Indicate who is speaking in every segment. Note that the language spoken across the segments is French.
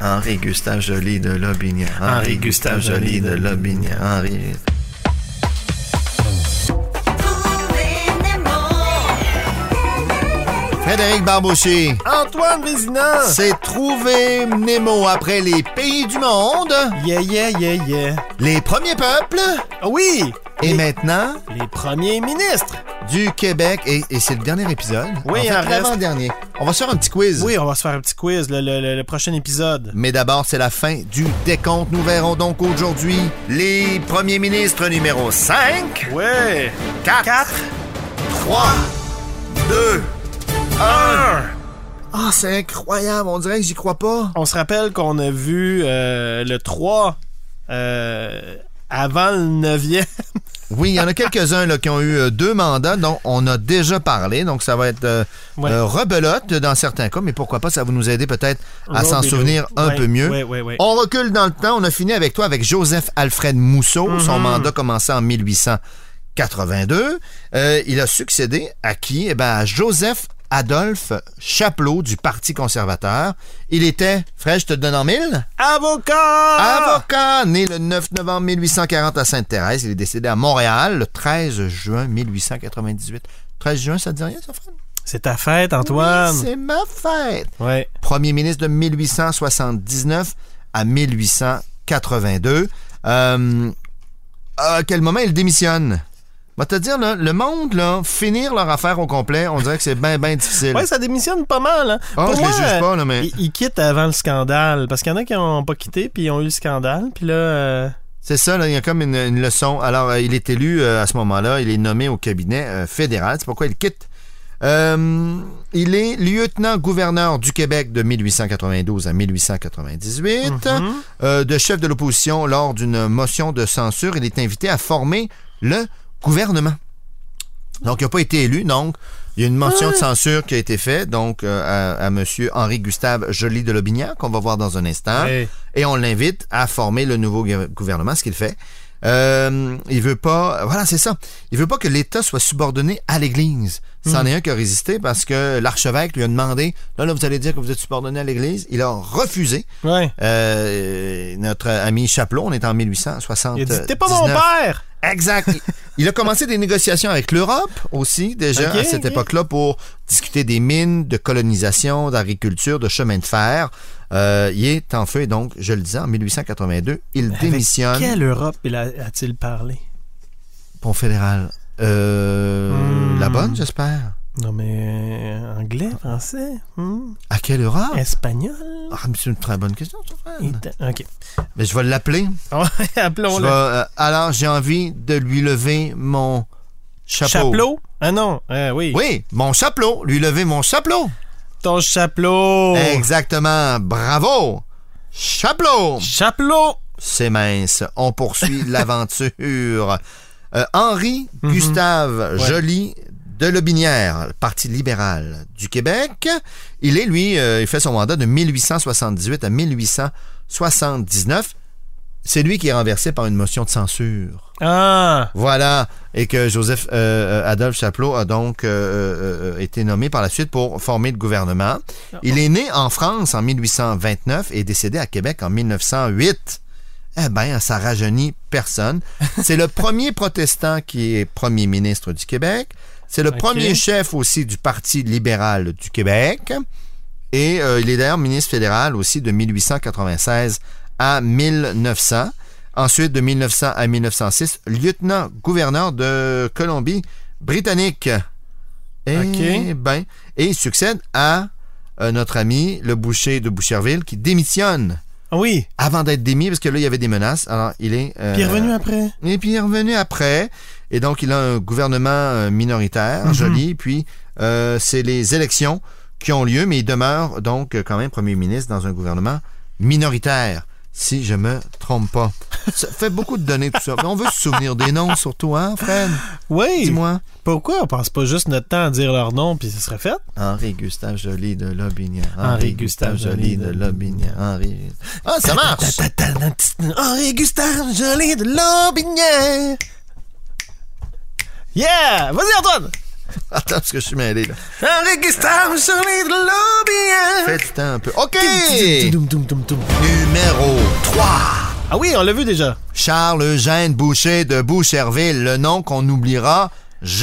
Speaker 1: Henri Gustave Joly de Lobignan.
Speaker 2: Henri Gustave Joly de
Speaker 1: Lobignan. Henri. Frédéric Barbouchier,
Speaker 2: Antoine Vézina!
Speaker 1: c'est trouver Nemo après les pays du monde,
Speaker 2: Yeah, yeah, yeah, yeah.
Speaker 1: les premiers peuples
Speaker 2: Ah oui!
Speaker 1: et
Speaker 2: les,
Speaker 1: maintenant
Speaker 2: les premiers ministres.
Speaker 1: du Québec. Et, et c'est le dernier épisode.
Speaker 2: Oui,
Speaker 1: en
Speaker 2: il en
Speaker 1: fait,
Speaker 2: reste.
Speaker 1: l'avant-dernier. On va se faire un petit quiz.
Speaker 2: Oui, on va se faire un petit quiz, le, le- le- le prochain épisode.
Speaker 1: Mais d'abord, c'est la fin du décompte. Nous verrons donc aujourd'hui les premiers ministres numéro 5,
Speaker 2: Ouais!
Speaker 1: 4, 3, 2, 1. Ah, c'est incroyable. On dirait que j'y crois pas.
Speaker 2: On se rappelle qu'on a vu euh, le 3 euh, avant le 9e.
Speaker 1: Oui, il y en a quelques-uns là, qui ont eu euh, deux mandats dont on a déjà parlé. Donc, ça va être euh,
Speaker 2: Ouais.
Speaker 1: euh, rebelote dans certains cas. Mais pourquoi pas, ça va nous aider peut-être à s'en
Speaker 2: Robidoux.
Speaker 1: souvenir un
Speaker 2: Ouais,
Speaker 1: peu mieux. Oh.
Speaker 2: Ouais, ouais, ouais.
Speaker 1: On recule dans le temps. On a fini avec toi, avec Joseph Alfred Mousseau. Son
Speaker 2: Mhm.
Speaker 1: mandat commençait en 1882. Euh, il a succédé à qui? Eh ben, à Joseph Adolphe Chapelot du Parti conservateur. Il était, frère, je te le donne en mille?
Speaker 2: Avocat!
Speaker 1: Avocat, né le 9 novembre 1840 à Sainte-Thérèse. Il est décédé à Montréal le 13 juin 1898. 13 juin, ça te dit rien, ça, Fred?
Speaker 2: C'est ta fête,
Speaker 1: Oui,
Speaker 2: Antoine.
Speaker 1: C'est ma fête!
Speaker 2: ouais.
Speaker 1: premier ministre de 1879 à 1882. Euh, à quel moment il démissionne? Va te dire, là, le monde, là, finir leur affaire au complet, on dirait que c'est bien, bien difficile.
Speaker 2: Ouais, ça démissionne pas mal. Hein.
Speaker 1: Ah,
Speaker 2: Pour
Speaker 1: je
Speaker 2: moi,
Speaker 1: les juge pas, là, mais
Speaker 2: Ils, ils quittent avant le scandale. Parce qu'il y en a qui n'ont pas quitté, puis ils ont eu le scandale. Puis là, euh,
Speaker 1: c'est ça, là, il y a comme une, une leçon. Alors, euh, il est élu euh, à ce moment-là, il est nommé au cabinet euh, fédéral, c'est pourquoi il quitte. Euh, il est lieutenant-gouverneur du Québec de 1892 à 1898.
Speaker 2: mhm.
Speaker 1: euh, de chef de l'opposition lors d'une motion de censure. Il est invité à former le gouvernement. Donc, il n'a pas été élu. Donc, il y a une motion de censure qui a été faite donc euh, à, à M. Henri-Gustave Joly de Lobignac, qu'on va voir dans un instant.
Speaker 2: Ouais.
Speaker 1: Et on l'invite à former le nouveau gu- gouvernement, ce qu'il fait. Euh, il veut pas, voilà, c'est ça. Il veut pas que l'État soit subordonné à l'Église. C'en est un qui a résisté parce que l'archevêque lui a demandé, là, là, vous allez dire que vous êtes subordonné à l'Église. Il a refusé.
Speaker 2: Ouais.
Speaker 1: Euh, notre ami Chapelot, on est en 1860.
Speaker 2: Il a dit T'es pas mon père!
Speaker 1: Exact. Il- Il a commencé des négociations avec l'Europe aussi, déjà
Speaker 2: Ok,
Speaker 1: à cette
Speaker 2: ok.
Speaker 1: époque-là, pour discuter des mines, de colonisation, d'agriculture, de chemin de fer. Euh, il est en feu, et donc, je le disais, en 1882, il démissionne.
Speaker 2: Quelle Europe il a- a-t-il parlé?
Speaker 1: Pont fédéral. Euh,
Speaker 2: Hmm.
Speaker 1: La bonne, j'espère.
Speaker 2: Non, mais euh, anglais,
Speaker 1: Ah.
Speaker 2: français, hmm,
Speaker 1: À quelle Europe?
Speaker 2: espagnol.
Speaker 1: Ah, mais c'est une très bonne question, ça, Fred.
Speaker 2: ita- Ok.
Speaker 1: Mais je vais l'appeler.
Speaker 2: Ouais,
Speaker 1: Je
Speaker 2: Appelons-le.
Speaker 1: vais, euh, alors, j'ai envie de lui lever mon
Speaker 2: Chapelot? Ah non, euh, oui.
Speaker 1: Oui, mon chapeau. Lui lever mon chapeau.
Speaker 2: Ton chapelot.
Speaker 1: Exactement. Bravo. Chapeau.
Speaker 2: Chapelot.
Speaker 1: C'est mince. On poursuit l'aventure. Euh, Henri Gustave
Speaker 2: Ouais.
Speaker 1: Joly de Lobinière, Parti libéral du Québec. Il est, lui, euh, il fait son mandat de 1878 à 1879. C'est lui qui est renversé par une motion de censure.
Speaker 2: Ah,
Speaker 1: Voilà, et que Joseph euh, euh, Adolphe Chapelot a donc euh, euh, euh, été nommé par la suite pour former le gouvernement. Il est né en France en 1829 et est décédé à Québec en 1908. Eh bien, ça rajeunit personne. C'est le premier protestant qui est premier ministre du Québec. C'est le
Speaker 2: Ok.
Speaker 1: premier chef aussi du Parti libéral du Québec. Et euh, il est d'ailleurs ministre fédéral aussi de 1896 à 1900. Ensuite, de 1900 à 1906, lieutenant-gouverneur de Colombie-Britannique. Et,
Speaker 2: Ok.
Speaker 1: ben, et il succède à euh, notre ami, le boucher de Boucherville, qui démissionne
Speaker 2: oui.
Speaker 1: avant d'être démis, parce que là, il y avait des menaces. Alors, il est... euh,
Speaker 2: Puis il est revenu après.
Speaker 1: et puis il est revenu après. Et donc, il a un gouvernement euh, minoritaire,
Speaker 2: Mhm.
Speaker 1: joli. Puis, euh, c'est les élections qui ont lieu, mais il demeure donc euh, quand même premier ministre dans un gouvernement minoritaire, si je me trompe pas. Ça fait beaucoup de données, tout ça. Mais on veut se souvenir des noms, surtout, hein, Fred?
Speaker 2: Oui.
Speaker 1: Dis-moi.
Speaker 2: Pourquoi on passe pas juste notre temps à dire leur nom puis ce serait fait?
Speaker 1: Henri-Gustave Joly de Lobignan.
Speaker 2: Henri-Gustave Joly de
Speaker 1: Lobignan. Henri... Ah, ça marche!
Speaker 2: Henri Gustave Joly de Lobinière. Yeah! Vas-y, Antoine!
Speaker 1: Attends, parce que je suis mêlé, là.
Speaker 2: Enregistrable sur les lobbies.
Speaker 1: Fais du temps un peu. OK!
Speaker 2: Doum, doum, doum, doum.
Speaker 1: Numéro 3.
Speaker 2: Ah oui, on l'a vu déjà.
Speaker 1: Charles-Eugène Boucher de Boucherville, le nom qu'on n'oubliera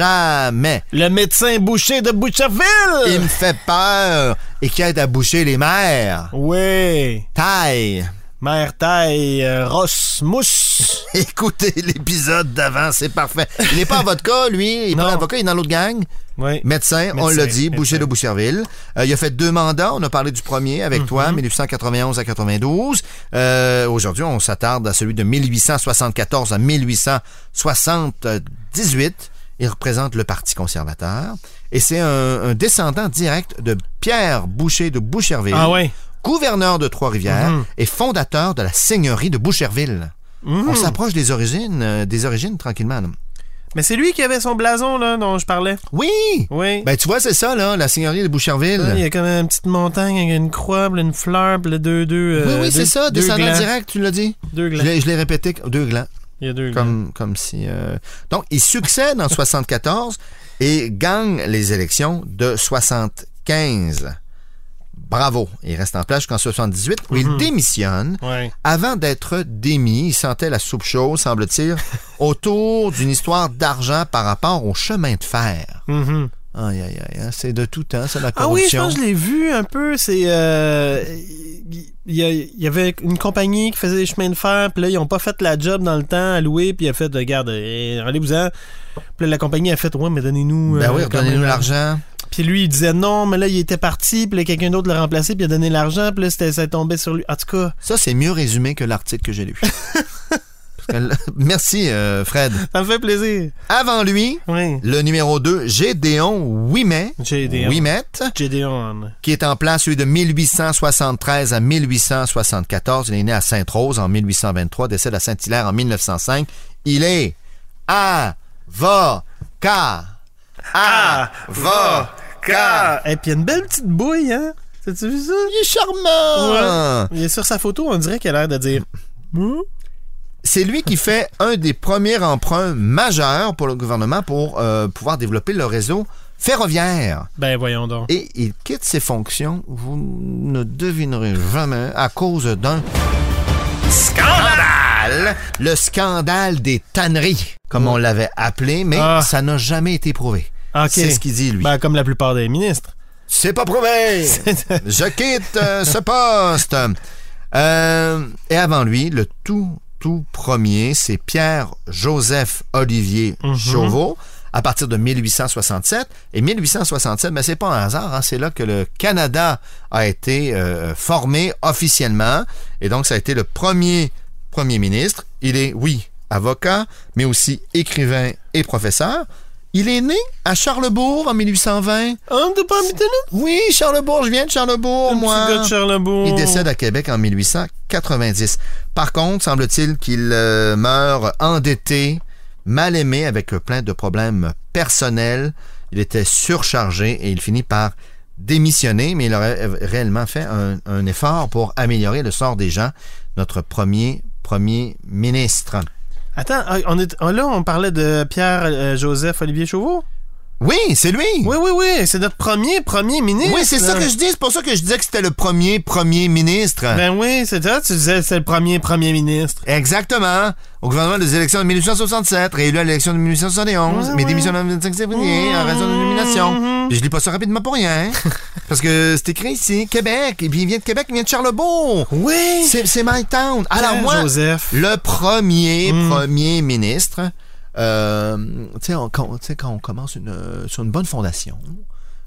Speaker 1: jamais.
Speaker 2: Le médecin boucher de
Speaker 1: Il
Speaker 2: Boucherville.
Speaker 1: me fait peur et qui aide à boucher les mers.
Speaker 2: Oui.
Speaker 1: Taille.
Speaker 2: Mère taille, euh, Ross Mousse.
Speaker 1: Écoutez l'épisode d'avant, c'est parfait. Il n'est pas avocat, lui. Il n'est
Speaker 2: Non.
Speaker 1: pas avocat, il est dans l'autre gang.
Speaker 2: Oui.
Speaker 1: Médecin, on
Speaker 2: Médecin,
Speaker 1: l'a dit,
Speaker 2: médecin.
Speaker 1: boucher de Boucherville. Euh, il a fait deux mandats. On a parlé du premier avec
Speaker 2: Mm-hmm.
Speaker 1: toi, 1891 à 92. Euh, Aujourd'hui, on s'attarde à celui de 1874 à 1878. Il représente le Parti conservateur. Et c'est un, un descendant direct de Pierre Boucher de Boucherville,
Speaker 2: Ah oui.
Speaker 1: gouverneur de Trois-Rivières
Speaker 2: Mhm.
Speaker 1: et fondateur de la seigneurie de Boucherville.
Speaker 2: Mm-hmm.
Speaker 1: On s'approche des origines, euh, des origines tranquillement. là.
Speaker 2: Mais c'est lui qui avait son blason là dont je parlais.
Speaker 1: Oui!
Speaker 2: Oui. Ah,
Speaker 1: Ben, tu vois, c'est ça, là, la seigneurie de Boucherville.
Speaker 2: il y a comme une petite montagne avec une croix, puis une fleur, puis les deux deux.
Speaker 1: Oui,
Speaker 2: euh,
Speaker 1: oui,
Speaker 2: deux-
Speaker 1: c'est ça,
Speaker 2: deux
Speaker 1: descendant
Speaker 2: glands.
Speaker 1: direct, tu l'as dit.
Speaker 2: Deux
Speaker 1: Je
Speaker 2: glands.
Speaker 1: l'ai je l'ai répété, deux glands,
Speaker 2: Il y a deux glands.
Speaker 1: comme, comme si... euh, Donc, il succède en 74 et gagne les élections de 75. Bravo. Il reste en place jusqu'en 78, où il
Speaker 2: Mhm.
Speaker 1: démissionne.
Speaker 2: Ouais.
Speaker 1: Avant d'être démis, il sentait la soupe chaude, semble-t-il, autour d'une histoire d'argent par rapport au chemin de fer.
Speaker 2: Mhm.
Speaker 1: Aïe, aïe, aïe, hein, c'est de tout temps, c'est de la
Speaker 2: Ah oui, je
Speaker 1: corruption.
Speaker 2: pense que je l'ai vu un peu. C'est euh, il y, a- il y avait une compagnie qui faisait des chemins de fer, puis là ils ont pas fait la job dans le temps à louer, puis il a fait regarde, eh, allez-vous en. Puis là, la compagnie a fait ouais mais donnez-nous.
Speaker 1: Ben
Speaker 2: euh,
Speaker 1: oui,
Speaker 2: quand
Speaker 1: redonnez-nous
Speaker 2: même.
Speaker 1: l'argent.
Speaker 2: Puis lui il disait non, mais là il était parti, puis là, quelqu'un d'autre l'a remplacé, puis il a donné l'argent, puis là c'était ça tombait sur lui. En tout cas,
Speaker 1: Ça, c'est mieux résumé que l'article que j'ai lu. Parce que l- Merci, euh, Fred.
Speaker 2: ça me fait plaisir.
Speaker 1: Avant lui,
Speaker 2: Oui.
Speaker 1: le numéro 2, Gédéon Ouimet,
Speaker 2: Gédéon.
Speaker 1: Ouimet,
Speaker 2: Gédéon.
Speaker 1: qui est en place, lui, de 1873 à 1874. Il est né à Sainte-Rose en 1823, décède à Saint-Hilaire en 1905. Il est avocat. Avocat.
Speaker 2: Et Eh, puis il y a une belle petite bouille hein. T'as-tu vu ça?
Speaker 1: Il est charmant.
Speaker 2: Il est sur sa photo, on dirait qu'elle a l'air de dire. Hmm?
Speaker 1: C'est lui qui fait un des premiers emprunts majeurs pour le gouvernement pour euh, pouvoir développer le réseau ferroviaire.
Speaker 2: Ben voyons donc.
Speaker 1: Et il quitte ses fonctions, vous ne devinerez jamais, à cause d'un scandale. Le scandale des tanneries, comme on l'avait appelé, mais
Speaker 2: Ah.
Speaker 1: ça n'a jamais été prouvé.
Speaker 2: Ok.
Speaker 1: C'est ce qu'il dit, lui.
Speaker 2: Ben, comme la plupart des ministres.
Speaker 1: C'est pas prouvé! Je quitte euh, ce poste! Euh, et avant lui, le tout, tout premier, c'est Pierre-Joseph Olivier
Speaker 2: Mhm.
Speaker 1: Chauveau, à partir de 1867. Et 1867, mais c'est pas un hasard, hein, c'est là que le Canada a été euh, formé officiellement. Et donc, ça a été le premier premier ministre. Il est, oui, avocat, mais aussi écrivain et professeur. Il est né à Charlebourg en 1820.
Speaker 2: On ne pas habiter
Speaker 1: Oui, Charlebourg, je viens de Charlebourg, moi.
Speaker 2: gars de Charlebourg.
Speaker 1: Il décède à Québec en 1890. Par contre, semble-t-il qu'il euh, meurt endetté, mal aimé, avec euh, plein de problèmes personnels. Il était surchargé et il finit par démissionner, mais il aurait euh, réellement fait un, un effort pour améliorer le sort des gens. Notre premier premier ministre.
Speaker 2: Attends, ah, on est, ah, là, on parlait de Pierre-Joseph Olivier Chauveau.
Speaker 1: Oui, c'est lui.
Speaker 2: Oui, oui, oui. C'est notre premier premier ministre.
Speaker 1: Oui, c'est ça que je dis. C'est pour ça que je disais que c'était le premier premier ministre.
Speaker 2: Ben oui, c'est ça. Tu disais c'est le premier premier ministre.
Speaker 1: Exactement. Au gouvernement des élections de 1867, réélu à l'élection de 1871,
Speaker 2: Ouais,
Speaker 1: mais
Speaker 2: Ah ouais.
Speaker 1: démissionné le 25 février en raison de nomination.
Speaker 2: Mhm.
Speaker 1: Puis Je lis pas ça rapidement pour rien. hein. parce que c'est écrit ici, Québec. Et puis il vient de Québec, il vient de Charlebourg.
Speaker 2: Oui.
Speaker 1: C'est, c'est my town. Alors
Speaker 2: Pierre
Speaker 1: moi,
Speaker 2: Joseph.
Speaker 1: le premier,
Speaker 2: Mm.
Speaker 1: premier ministre, euh, tu sais, on- quand, tu sais, quand on commence une, euh, sur une bonne fondation,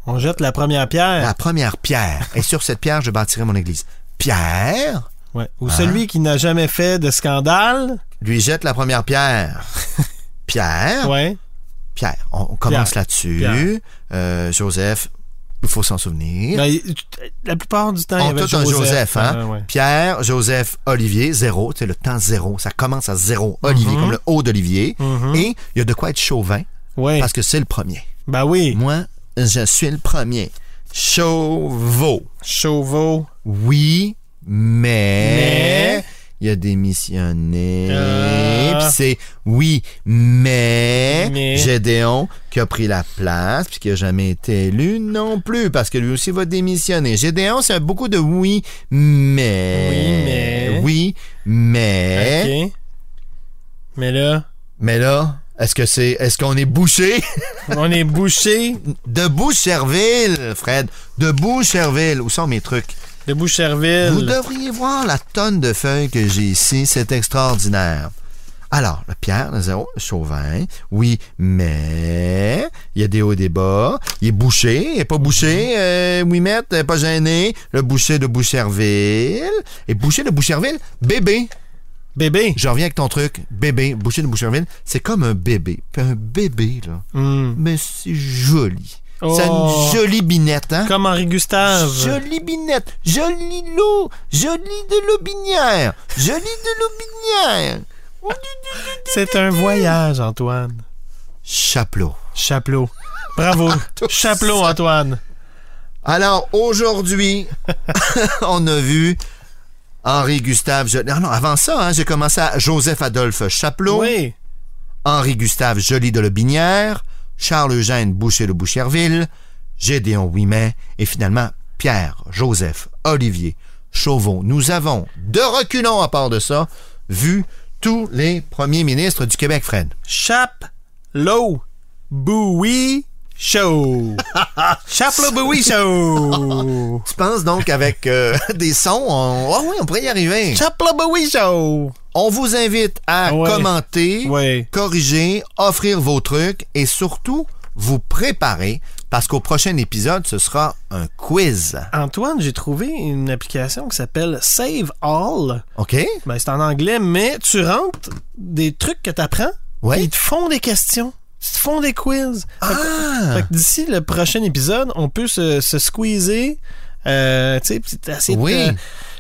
Speaker 2: On jette la première pierre.
Speaker 1: la première pierre, et sur cette pierre, je bâtirai mon église. Pierre
Speaker 2: Ouais. Ou
Speaker 1: Ah.
Speaker 2: celui qui n'a jamais fait de scandale.
Speaker 1: lui jette la première pierre. Pierre
Speaker 2: Ouais.
Speaker 1: Pierre. On, on commence là-dessus.
Speaker 2: Pierre.
Speaker 1: Euh, Joseph, il faut s'en souvenir.
Speaker 2: Ben, il- la plupart du temps, il y
Speaker 1: on
Speaker 2: avait
Speaker 1: tout un Joseph, hein?
Speaker 2: Ah, ouais.
Speaker 1: Pierre, Joseph, Olivier, zéro, c'est le temps zéro, ça commence à zéro. Olivier,
Speaker 2: Mhm.
Speaker 1: comme le haut d'Olivier.
Speaker 2: Mhm.
Speaker 1: Et il y a de quoi être chauvin,
Speaker 2: Ouais.
Speaker 1: parce Mm. que c'est le premier.
Speaker 2: Ben oui.
Speaker 1: Moi, je suis le premier. Chauveau.
Speaker 2: Chauveau.
Speaker 1: Oui, mais...
Speaker 2: Mais-
Speaker 1: il a démissionné.
Speaker 2: Ah.
Speaker 1: Puis c'est oui, mais,
Speaker 2: Mais.
Speaker 1: Gédéon qui a pris la place puis qui a jamais été élu non plus parce que lui aussi va démissionner. Gédéon, c'est beaucoup de oui, mais
Speaker 2: Oui, mais.
Speaker 1: oui, mais
Speaker 2: OK. Mais là,
Speaker 1: mais là, est-ce que c'est est-ce qu'on est bouché
Speaker 2: on est bouché
Speaker 1: de Boucherville, Fred, de Boucherville, où sont mes trucs
Speaker 2: de
Speaker 1: Vous
Speaker 2: Boucherville.
Speaker 1: devriez voir la tonne de feuilles que j'ai ici, c'est extraordinaire. Alors, le Pierre, le zéro, Chauvin, oui, mais il y a des hauts et des bas, il est bouché, il n'est pas bouché, euh, Ouimette, elle est pas gêné, le boucher de Boucherville, et boucher de Boucherville, bébé,
Speaker 2: Bébé.
Speaker 1: je reviens avec ton truc, bébé, boucher de Boucherville, c'est comme un bébé, Puis un bébé, là,
Speaker 2: Hmm.
Speaker 1: mais c'est joli,
Speaker 2: Oh.
Speaker 1: c'est une jolie binette, hein?
Speaker 2: Comme Henri Gustave.
Speaker 1: Jolie binette, joli loup, joli de l'aubinière, joli de l'aubinière.
Speaker 2: C'est un voyage, Antoine.
Speaker 1: Chapelot.
Speaker 2: Chapelot. Bravo. Chapelot, Antoine.
Speaker 1: Alors aujourd'hui, on a vu Henri Gustave. Joli- Ah non, avant ça, hein, j'ai commencé à Joseph Adolphe Chapelot,
Speaker 2: Oui.
Speaker 1: Henri Gustave Joly de l'aubinière, Charles Eugène Boucher de Boucherville, Gédéon Ouimet et finalement Pierre Joseph Olivier Chauveau. Nous avons, de reculons à part de ça, vu tous les premiers ministres du Québec, Fred.
Speaker 2: Chapelot. Bowie Show. Chapelot Bowie Show.
Speaker 1: Tu penses donc qu'avec euh, des sons, on... ah oui, on pourrait y arriver.
Speaker 2: Chapelot Bowie Show.
Speaker 1: On vous invite à
Speaker 2: Ah Ouais.
Speaker 1: commenter,
Speaker 2: Oui.
Speaker 1: corriger, offrir vos trucs et surtout vous préparer parce qu'au prochain épisode, ce sera un quiz.
Speaker 2: Antoine, j'ai trouvé une application qui s'appelle Save All.
Speaker 1: OK?
Speaker 2: Ben, c'est en anglais, mais tu rentres des trucs que t'apprends.
Speaker 1: Ouais.
Speaker 2: puis Ils te font des questions. Ils te font des quiz.
Speaker 1: Ah!
Speaker 2: Fait que d'ici le prochain épisode, on peut se, se squeezer. Euh, tu sais, puis essayer de-
Speaker 1: Oui.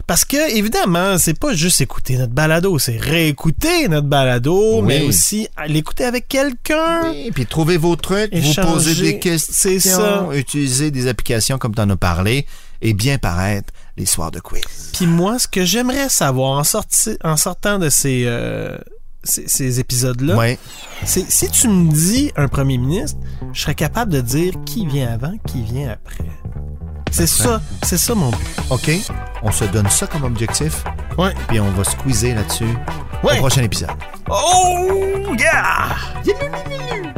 Speaker 2: parce que, évidemment, c'est pas juste écouter notre balado, c'est réécouter notre balado,
Speaker 1: Oui.
Speaker 2: mais aussi à l'écouter avec quelqu'un.
Speaker 1: Oui, puis trouvez vos trucs, vous
Speaker 2: Échanger,
Speaker 1: posez des questions,
Speaker 2: c'est ça.
Speaker 1: utilisez des applications comme tu en as parlé et bien paraître les soirs de quiz.
Speaker 2: Puis moi, ce que j'aimerais savoir en, sorti- en sortant de ces, euh, ces, ces épisodes-là,
Speaker 1: Ouais.
Speaker 2: c'est si tu me dis un premier ministre, je serais capable de dire qui vient avant, qui vient après. C'est ça, c'est ça mon but.
Speaker 1: OK? On se donne ça comme objectif,
Speaker 2: Ouais.
Speaker 1: puis on va squeezer là-dessus
Speaker 2: Ouais.
Speaker 1: au prochain épisode.
Speaker 2: Oh, yeah!